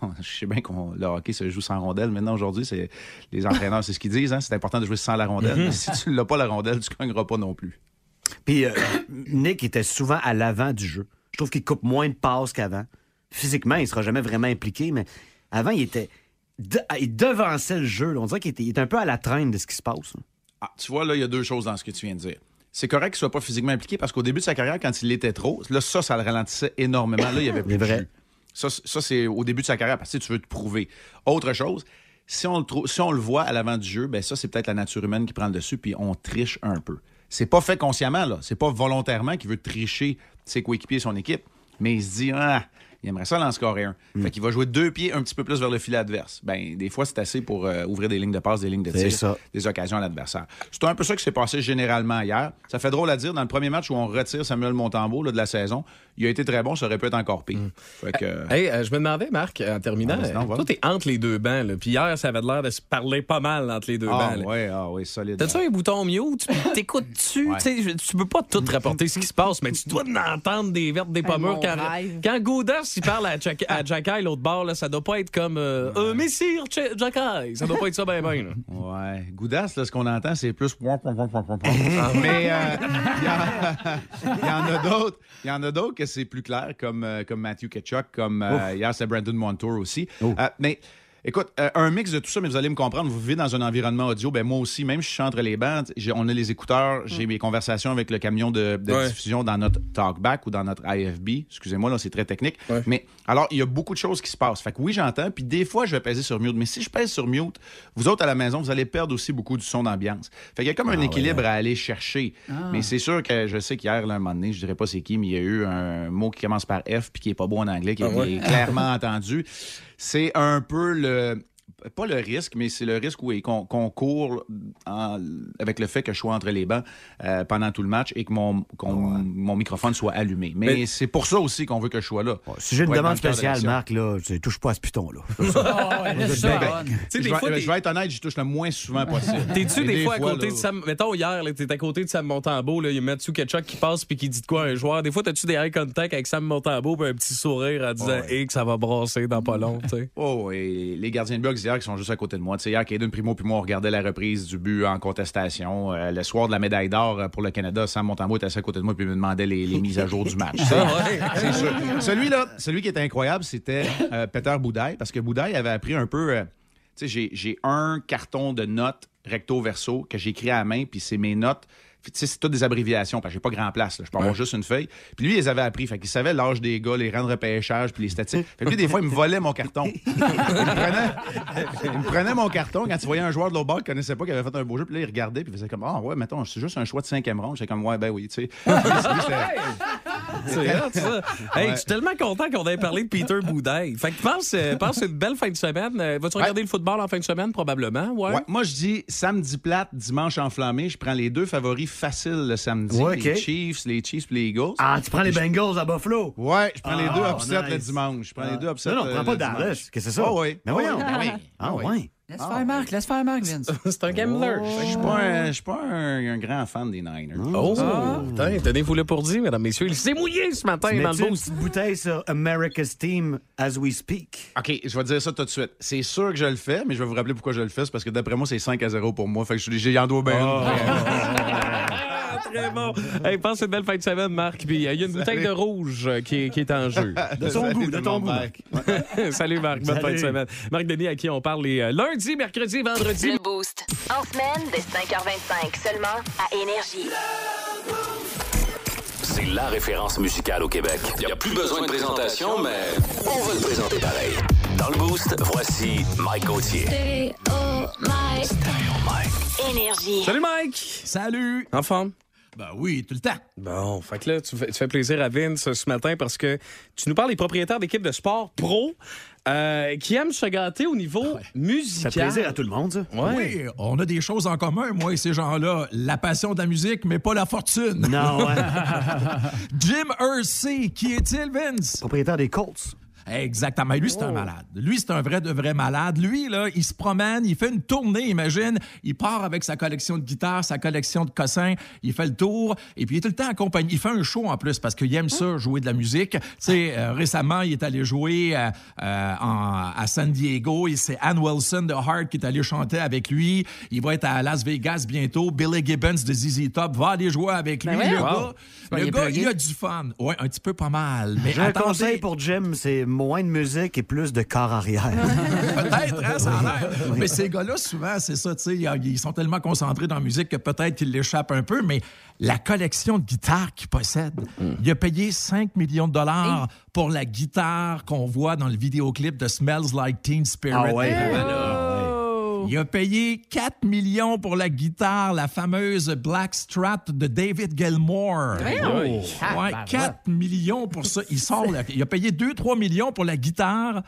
Bon, je sais bien qu'on le hockey se joue sans rondelle. Maintenant, aujourd'hui, c'est les entraîneurs, c'est ce qu'ils disent. hein, c'est important de jouer sans la rondelle. Mhm. Mais si tu l'as pas la rondelle, tu gagneras pas non plus. *coughs* Puis euh, Nick était souvent à l'avant du jeu. Je trouve qu'il coupe moins de passes qu'avant. physiquement, il sera jamais vraiment impliqué, mais avant, il était. de- il devançait le jeu. là. On dirait qu'il était, il était un peu à la traîne de ce qui se passe. là. Ah, tu vois, là, il y a deux choses dans ce que tu viens de dire. C'est correct qu'il soit pas physiquement impliqué parce qu'au début de sa carrière, quand il l'était trop, là, ça, ça le ralentissait énormément. Là, il y avait plus de jus. Ça, c- ça, c'est au début de sa carrière parce que tu veux te prouver. Autre chose, si on le, trou- si on le voit à l'avant du jeu, ben ça, c'est peut-être la nature humaine qui prend le dessus puis on triche un peu. C'est pas fait consciemment, là. C'est pas volontairement qu'il veut tricher ses coéquipiers et son équipe. Mais il se dit, ah, il aimerait ça en scorer un. Mm. Fait qu'il va jouer deux pieds un petit peu plus vers le filet adverse. Ben, des fois, c'est assez pour euh, ouvrir des lignes de passe, des lignes de C'est tir ça. des occasions à l'adversaire. C'est un peu ça qui s'est passé généralement hier. Ça fait drôle à dire, dans le premier match où on retire Samuel Montembeau là, de la saison, il a été très bon, ça aurait pu être encore pire. Fait que, Hey, euh, je me demandais, Marc, en terminant, Ah, vas-y, euh, va. toi, t'es entre les deux bancs. là. Puis hier, ça avait l'air de se parler pas mal entre les deux Ah, bancs. là. ouais, ah, ouais, solide. T'as-tu un bouton mute? Tu- T'écoutes-tu? Ouais. Tu sais, je- Tu peux pas tout rapporter ce qui se passe, mais tu dois en entendre des vertes, des Hey, pommes mon quand, rêve. quand Goudas, il parle à Jack, à Jack Eye, l'autre bord, là, ça doit pas être comme euh, Euh, Messire, Ch- Jack Eye. Ça doit pas être ça, ben, ben. là. Ouais. Goudas, là, ce qu'on entend, c'est plus. point, point, point, point, point, point. Mais euh, il y a- *laughs* il y, en a d'autres. Il y en a d'autres que c'est plus clair, comme, euh, comme Matthew Ketchuk, comme euh, Ouf. hier, c'est Brandon Montour aussi. Euh, mais écoute, euh, un mix de tout ça, mais vous allez me comprendre. Vous vivez dans un environnement audio. Ben, moi aussi, même si je suis entre les bandes, j'ai- on a les écouteurs, j'ai mes conversations avec le camion de, de Ouais. diffusion dans notre talkback ou dans notre IFB. Excusez-moi, là, c'est très technique. Mais alors, il y a beaucoup de choses qui se passent. Fait que oui, j'entends, puis des fois, je vais peser sur mute. Mais si je pèse sur mute, vous autres à la maison, vous allez perdre aussi beaucoup du son d'ambiance. Fait qu'il y a comme un équilibre à aller chercher. Ah. Mais c'est sûr que je sais qu'hier, là, un moment donné, je dirais pas c'est qui, mais il y a eu un mot qui commence par F puis qui est pas beau en anglais, qui Ah ouais? est clairement entendu. C'est un peu le pas le risque, mais c'est le risque oui, qu'on qu'on court en- avec le fait que je sois entre les bancs euh, pendant tout le match et que mon, qu'on- mon microphone soit allumé. Mais, Mais- c'est pour ça *coughs* aussi qu'on veut que je sois là. Si j'ai une Pour être dans demande le cœur de spéciale, l'action. Marc, là, je touche pas à ce piton-là. Ben, laisse Ah ça, Ron. ben, Tu sais, Je des fois, vais- t'es- je vais être honnête, j'y touche le moins souvent possible. T'es-tu Et des, fois à côté là, de Sam. Mettons, hier, là, t'es à côté de Sam Montambeau, là, il y a Mathieu Ketchuk qui passe puis qui dit de quoi à un joueur. Des fois, t'as-tu des eye contact avec Sam Montambeau puis un petit sourire en disant Hey, que ça va brasser dans pas long, tu sais. Oh, et les gardiens de but auxiliaires qui sont juste à côté de moi. Tu sais, hier, Caden Primo puis moi, on regardait la reprise du but en contestation. Euh, le soir de la médaille d'or euh, pour le Canada, Sam Montembeau était assis à côté de moi puis il me demandait les, les mises à jour du match. *laughs* C'est- c'est sûr. Celui-là, celui qui était incroyable, c'était euh, Peter Boudaille, parce que Boudaille avait appris un peu... euh, tu sais, j'ai- j'ai un carton de notes recto-verso que j'écris à la main, puis c'est mes notes. Puis, Tu sais, c'est toutes des abréviations, parce que j'ai pas grand place. là. Je peux avoir juste une feuille. Puis lui, il les avait appris. Fait qu'il savait l'âge des gars, les rangs de repêchage, puis les statistiques. Fait que lui, des fois, il me volait mon carton. Il me prenait mon carton quand il voyait un joueur de l'autre bord qu'il connaissait pas, qui avait fait un beau jeu, puis là, il regardait, puis il faisait comme Ah, ouais, mettons, c'est juste un choix de cinquième ronde. J'étais comme Ouais, ben oui, tu *laughs* sais. C'est hot, ça. Hey, Ouais. je suis tellement content qu'on ait parlé de Peter Boudaille. Fait que pense, euh, pense une belle fin de semaine. Euh, Vas-tu regarder le football en fin de semaine, probablement? Ouais. Ouais, moi, je dis samedi plate, dimanche enflammé. Je prends les deux favoris faciles le samedi. Ouais, ok. Les Chiefs, les Chiefs puis les Eagles. Ah, tu prends les Je- Bengals à Buffalo? Ah, Ouais, je prends les deux upsets nice. Ah. le dimanche. Je prends les deux upsets. Non, non, euh, prends pas le dimanche. Dallas. Qu'est-ce que c'est ça? Ah oui. Mais voyons. Ah oui. Ah ouais. Laisse faire Marc, laisse faire Marc, Vince. *laughs* C'est un gambler. Oh. Je suis pas, un, je suis pas un, un grand fan des Niners. Ah. Oh, putain, tenez-vous le pour dire, mesdames, messieurs. Il s'est mouillé ce matin Tu dans le mets-tu une boost. petite bouteille sur America's Team as we speak? *laughs* OK, je vais dire ça tout de suite. C'est sûr que je le fais, mais je vais vous rappeler pourquoi je le fais. C'est parce que d'après moi, c'est 5 à 0 pour moi. Fait que je suis j'ai en doigt bien. Ah, Très bon. Hey, passe une belle fin de semaine, Marc. Puis euh, il y a une bouteille de rouge euh, qui est, qui est en *laughs* jeu. Ah, De ton Salut goût, de tout le ton monde, goût. Marc. Salut, Marc. Bonne fin de Salut. semaine. Marc Denis, à qui on parle les euh, lundis, mercredis, vendredis. Le Boost. En semaine, dès 5h25, seulement à Énergie. C'est la référence musicale au Québec. Il n'y a plus besoin de présentation, mais on va le présenter pareil. Dans le Boost, voici Mike Gauthier. Énergie. Salut, Mike. Salut. En forme? Ben oui, tout le temps. Bon, fait que là, tu fais, tu fais plaisir à Vince ce matin parce que tu nous parles des propriétaires d'équipes de sport pro euh, qui aiment se gâter au niveau musical. fait plaisir à tout le monde, ça. Oui, on a des choses en commun, moi et ces gens-là. La passion de la musique, mais pas la fortune. *laughs* Non, ouais. Jim Hersey, qui est-il, Vince? Propriétaire des Colts. Exactement. Lui, c'est un malade. Lui, c'est un vrai de vrai Oh. malade. Lui, là, il se promène, il fait une tournée, imagine. Il part avec sa collection de guitares, sa collection de cossins. Il fait le tour et puis il est tout le temps accompagné. Il fait un show en plus parce qu'il Hein? aime ça, jouer de la musique. Tu sais, euh, récemment, il est allé jouer euh, euh, en- à San Diego et c'est Ann Wilson de Heart qui est allé chanter avec lui. Il va être à Las Vegas bientôt. Billy Gibbons de ZZ Top va aller jouer avec Ben lui. voyons. le Wow. gars, Ben, le il est gars, plugué. il a du fun. Ouais, un petit peu pas mal. Mais J'ai un attendez. conseil pour Jim, c'est moins de musique et plus de corps arrière. Peut-être, hein, ça a l'air. *laughs* Oui. Mais *laughs* ces gars-là, souvent, c'est ça, tu sais, ils sont tellement concentrés dans la musique que peut-être qu'ils l'échappent un peu, mais la collection de guitares qu'ils possèdent, il a payé 5 millions de dollars pour la guitare qu'on voit dans le vidéoclip de Smells Like Teen Spirit. Ah ouais, Voilà. vraiment, Il a payé 4 millions pour la guitare, la fameuse Black Strat de David Gilmour. Voyons. Ouais, Tabarouette. 4 millions pour ça. Il, sort la- il a payé 2-3 millions pour la guitare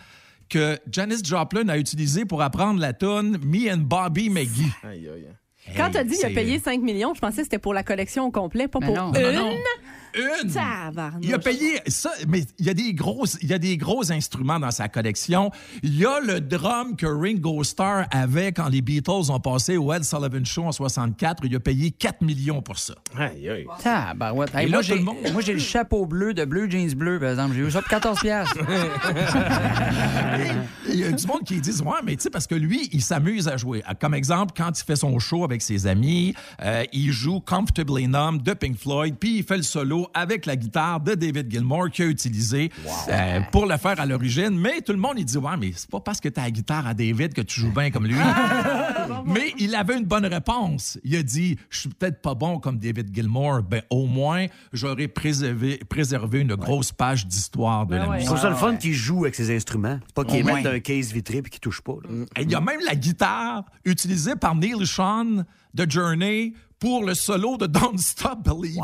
que Janis Joplin a utilisée pour apprendre la tune Me and Bobby McGee. Quand Hey, t'as dit il a c'est- payé 5 millions, je pensais que c'était pour la collection au complet, pas Mais pour non. une. Non, non, non. Une. Tabarnouche. Il a payé ça, mais il y a des grosses, il y a des gros instruments dans sa collection. Il y a le drum que Ringo Starr avait quand les Beatles ont passé au Ed Sullivan Show en 64. Il a payé 4 millions pour ça. Tabarouette. Hey, Et moi, là, tout j'ai, le monde- moi, j'ai le chapeau bleu de bleu jeans bleu, par exemple. J'ai eu ça pour *laughs* 14 piastres. Il y a du monde qui disent ouais, mais tu sais parce que lui, il s'amuse à jouer. Comme exemple, quand il fait son show avec ses amis, euh, il joue Comfortably Numb de Pink Floyd, puis il fait le solo avec la guitare de David Gilmour qu'il a utilisé euh, pour le faire à l'origine. Mais tout le monde il dit ouais, mais c'est pas parce que t'as la guitare à David que tu joues bien comme lui. Mais il avait une bonne réponse. Il a dit Je suis peut-être pas bon comme David Gilmour, ben au moins j'aurais préservé, préservé une grosse page d'histoire de la Je musique. trouve ça le fun qu'ils jouent avec ces instruments. C'est pas qu'ils Ouais. mettent dans un case vitré puis qu'ils touchent pas. Mm. là. Et Il y a même la guitare utilisée par Neil Sean de Journey pour le solo de Don't Stop Believin'.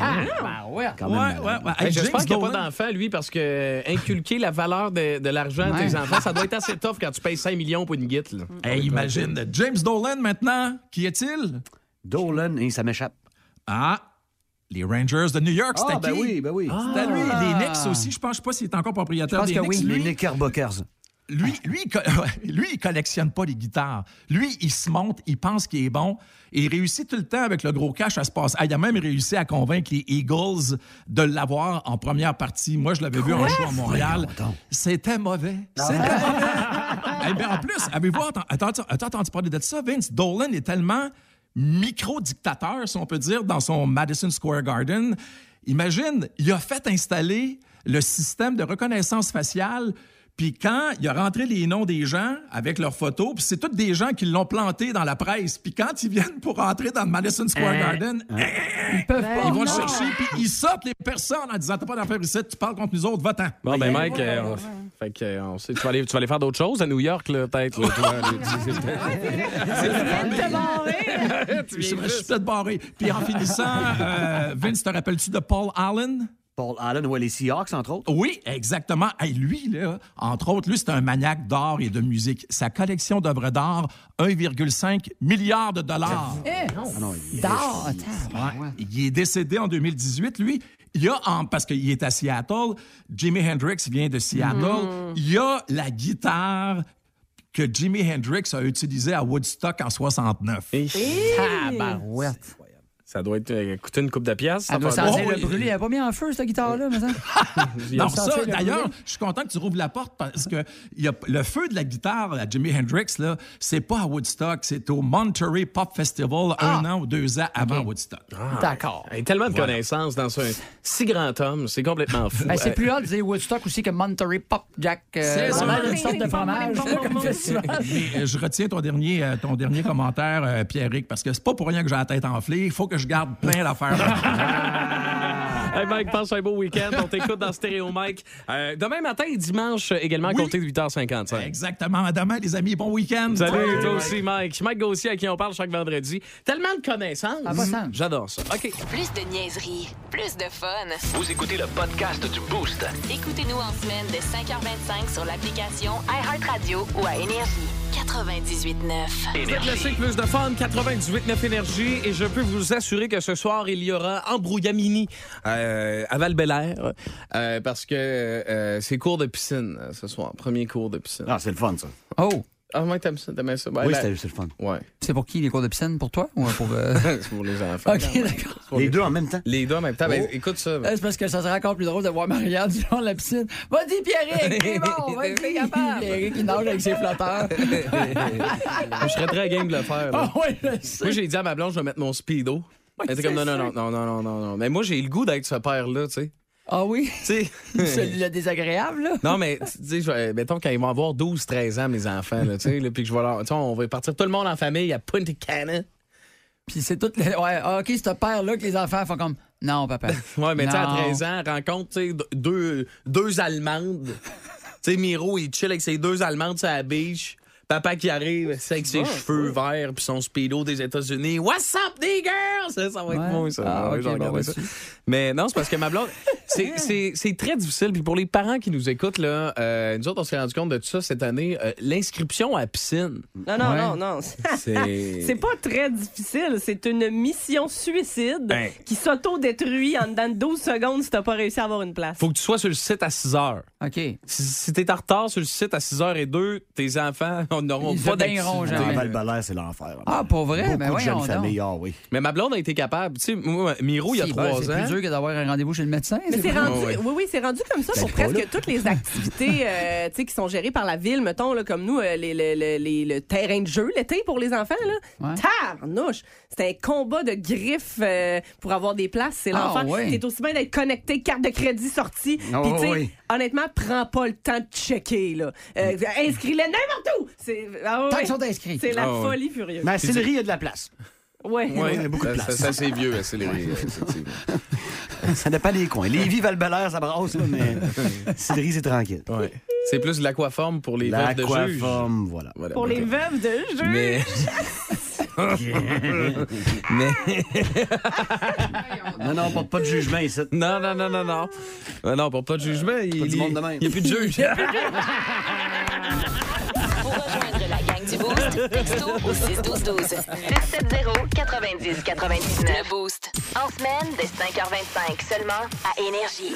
Ah, ouais. Quand même malade. Hey, Hey, J'espère James qu'il n'y a pas Dolan. d'enfants, lui, parce que euh, inculquer la valeur de, de l'argent à tes Ouais. enfants, ça doit être assez tough quand tu payes 5 millions pour une guite. là. Hey, imagine. James Dolan maintenant, qui est-il? Dolan, et ça m'échappe. Ah, les Rangers de New York, Ah, c'était ben qui? oui, ben oui. C'était lui. Ah. Les Knicks aussi, je pense, je sais pas s'il est encore Je propriétaire pense des que Knicks. oui. lui. Les Knickerbockers. Lui, lui, il co- *laughs* lui, il collectionne pas les guitares. Lui, il se monte, il pense qu'il est bon et il réussit tout le temps avec le gros cash à se passer. Ah, il a même réussi à convaincre les Eagles de l'avoir en première partie. Moi, je l'avais vu en Quoi? show à Montréal. C'était mauvais. C'était mauvais. Eh bien, en plus, avez-vous entendu, entendu parler de ça? Vince Dolan est tellement micro-dictateur, si on peut dire, dans son Madison Square Garden. Imagine, il a fait installer le système de reconnaissance faciale. Puis quand il a rentré les noms des gens avec leurs photos, puis c'est tous des gens qui l'ont planté dans la presse. Puis quand ils viennent pour rentrer dans le Madison Square Hein? Garden, Ils peuvent ben pas. ils vont le Ben Non. chercher, puis ils sortent les personnes en disant T'as pas d'affaires ici, tu parles contre nous autres, va-t'en. Bon, ben, Mike, euh, on- fait que, euh, on sait, tu, vas aller, tu vas aller faire d'autres choses à New York, là, peut-être. là, *laughs* toi, *laughs* Je suis peut-être barré. Puis *laughs* en finissant, euh, Vince, te rappelles-tu de Paul Allen? Paul Allen, ouais, les Seahawks, entre Oh. autres. Oui, exactement. Et lui, là, entre autres, lui, c'est un maniaque d'art et de musique. Sa collection d'œuvres d'art, 1,5 milliard de dollars. D'or. Ouais. Il est décédé en 2018, lui. Il y a, en- parce qu'il est à Seattle, Jimi Hendrix vient de Seattle. Mm. Il y a la guitare que Jimi Hendrix a utilisée à Woodstock en 69. Tabarouette. Ça doit être, euh, coûter une coupe de pièces. Elle doit sentir le brûler. Elle a pas mis en feu, cette guitare-là, *laughs* mais ça. Oh, Non, Ça, ça, c'est le d'ailleurs, brûler. je suis content que tu rouvres la porte parce que il y a, le feu de la guitare à Jimi Hendrix, là, c'est pas à Woodstock, c'est au Monterey Pop Festival Ah! un an ou deux ans avant Woodstock. D'accord. Il y a tellement de Voilà. connaissances dans un si grand homme, c'est complètement fou. Ben, c'est plus hard de dire Woodstock aussi que Monterey Pop Jack. Euh, C'est ça. on a une sorte de fromage. là, comme festival. Mais, euh, je retiens ton dernier, euh, ton dernier commentaire, euh, Pierrick, parce que c'est pas pour rien que j'ai la tête enflée. Il faut que je garde plein d'affaires. Hey Mike, passe un beau week-end. On t'écoute dans Stéréo Mike. Euh, demain matin et dimanche euh, également, à compter de 8h55. Exactement. À demain, les amis. Bon week-end. Salut, toi aussi, Mike. Mike Gauthier, à qui on parle chaque vendredi. Tellement de connaissances. Mm. Ah, pas tant. J'adore ça. OK. Plus de niaiserie, plus de fun. Vous écoutez le podcast du Boost. Écoutez-nous en semaine de 5h25 sur l'application iHeartRadio ou à Énergie. 98.9. Vous êtes classique, plus de fun, 98.9 Énergie. Et je peux vous assurer que ce soir, il y aura Embrouillamini euh, à val parce que euh, c'est cours de piscine euh, ce soir. Premier cours de piscine. Ah, c'est le fun, ça. Oh! Ah, moi, t'aimes ça, t'aimes ça. Ben, Oui, la- c'est c'est le fun. *laughs* Ouais. C'est pour qui les cours de piscine? Pour toi ou pour. *laughs* euh, c'est pour les enfants. Ok, d'accord. Les deux en même temps. Les deux en même temps. Ben, Oh. écoute ça. Euh, C'est parce que ça serait encore plus drôle de voir Marianne du long de la piscine. Vas-y, *laughs* Pierrick, t'es bon, vas-y, capable. Pierrick, il nage avec ses flotteurs. Je serais très game de le faire. là. *laughs* Ah ouais, je sais. Moi, j'ai dit à ma blonde, je vais mettre mon speedo. Elle était c'est comme, non, non, ça. non, non, non, non, non, non. Mais moi, j'ai le goût d'être ce père-là, tu sais. Ah oui? Tu sais. Celui-là désagréable, là? *laughs* Non, mais tu sais, je vais- mettons qu'ils vont avoir 12, 13 ans, mes enfants, là, tu sais, là, puis que je vais leur. tu sais, on va partir tout le monde en famille à Punta Cana. Puis c'est tout. le- Ouais, ah, OK, ce père-là que les enfants font comme. Non, papa. *laughs* Ouais, mais tu sais, à Non. 13 ans, rencontre, tu sais, d- deux, deux *laughs* Allemandes. tu sais, Miro, il chill avec ses deux Allemandes sur la biche. Papa qui arrive, c'est avec ses Ouais, cheveux verts puis son speedo des États-Unis. What's up, des girls? Ça, ça va être Ouais. moi, ça. Ah, Ouais, ok, j'en bon, regardais vas-y. Mais non, c'est parce que ma *laughs* blonde, c'est- c'est c'est très difficile. Puis pour les parents qui nous écoutent, là, euh, nous autres, on s'est rendu compte de tout ça cette année. euh, L'inscription à la *laughs* piscine. Non, non, Ouais. non, non. C'est- C'est pas très difficile. C'est une mission suicide Hein. Ben. qui s'auto-détruit en dedans de 12 secondes si t'as pas réussi à avoir une place. faut que tu sois sur le site à 6 heures. OK. Si, si t'es en retard sur le site à 6 h et 2, tes enfants *laughs* on n'auront Ils pas se baigneront d'activité. Ah, Val-Belair, c'est l'enfer. Ah, pour vrai? Beaucoup Ben de voyons jeunes donc. familles, ah oui. Mais ma blonde a été capable. Tu sais, moi, Miro, il y a Si, trois ben, ans. C'est plus dur que d'avoir un rendez-vous chez le médecin. Mais c'est plus- rendu, oui, oui, c'est rendu comme ça Ben, pour c'est pas presque toutes *laughs* les activités euh, tu sais, qui sont gérées par la ville, mettons, là, comme nous, euh, les, les- les- les- le terrain de jeu l'été pour les enfants. Là. Tarnouche! C'est un combat de griffes euh, pour avoir des places. C'est Ah, l'enfant. ouais. T'es aussi bien d'être connecté, carte de crédit sortie. Ah, Puis, tu sais, oui. honnêtement, prends pas le temps de checker. là. Euh, Inscris-les n'importe où! C'est- ah, Tant ouais. qu'ils sont inscrits. C'est la Ah, ouais. folie furieuse. Mais à Sillery, il y a de la place. Ouais. Ouais, de ça, place. ça, c'est vieux, c'est les effectivement. Ça dépend des coins. Lévis, Val-Belair, ça brasse, là, mais Sillery, c'est tranquille. Ouais. C'est plus de l'aquaforme pour les veuves de juge. L'aquaforme, voilà. Voilà, Pour les ok. veuves de jeu. Mais. *laughs* Mais. Non, non, porte pas de jugement ici. Non, non, non, non, non. Euh, Non, pour pas de jugement, il du monde de même. il y a plus de juge. Pour rejoindre la gang du Boost, texto au 612-12. 670-90-99. Le Boost. En semaine, dès 5h25 seulement à Énergie.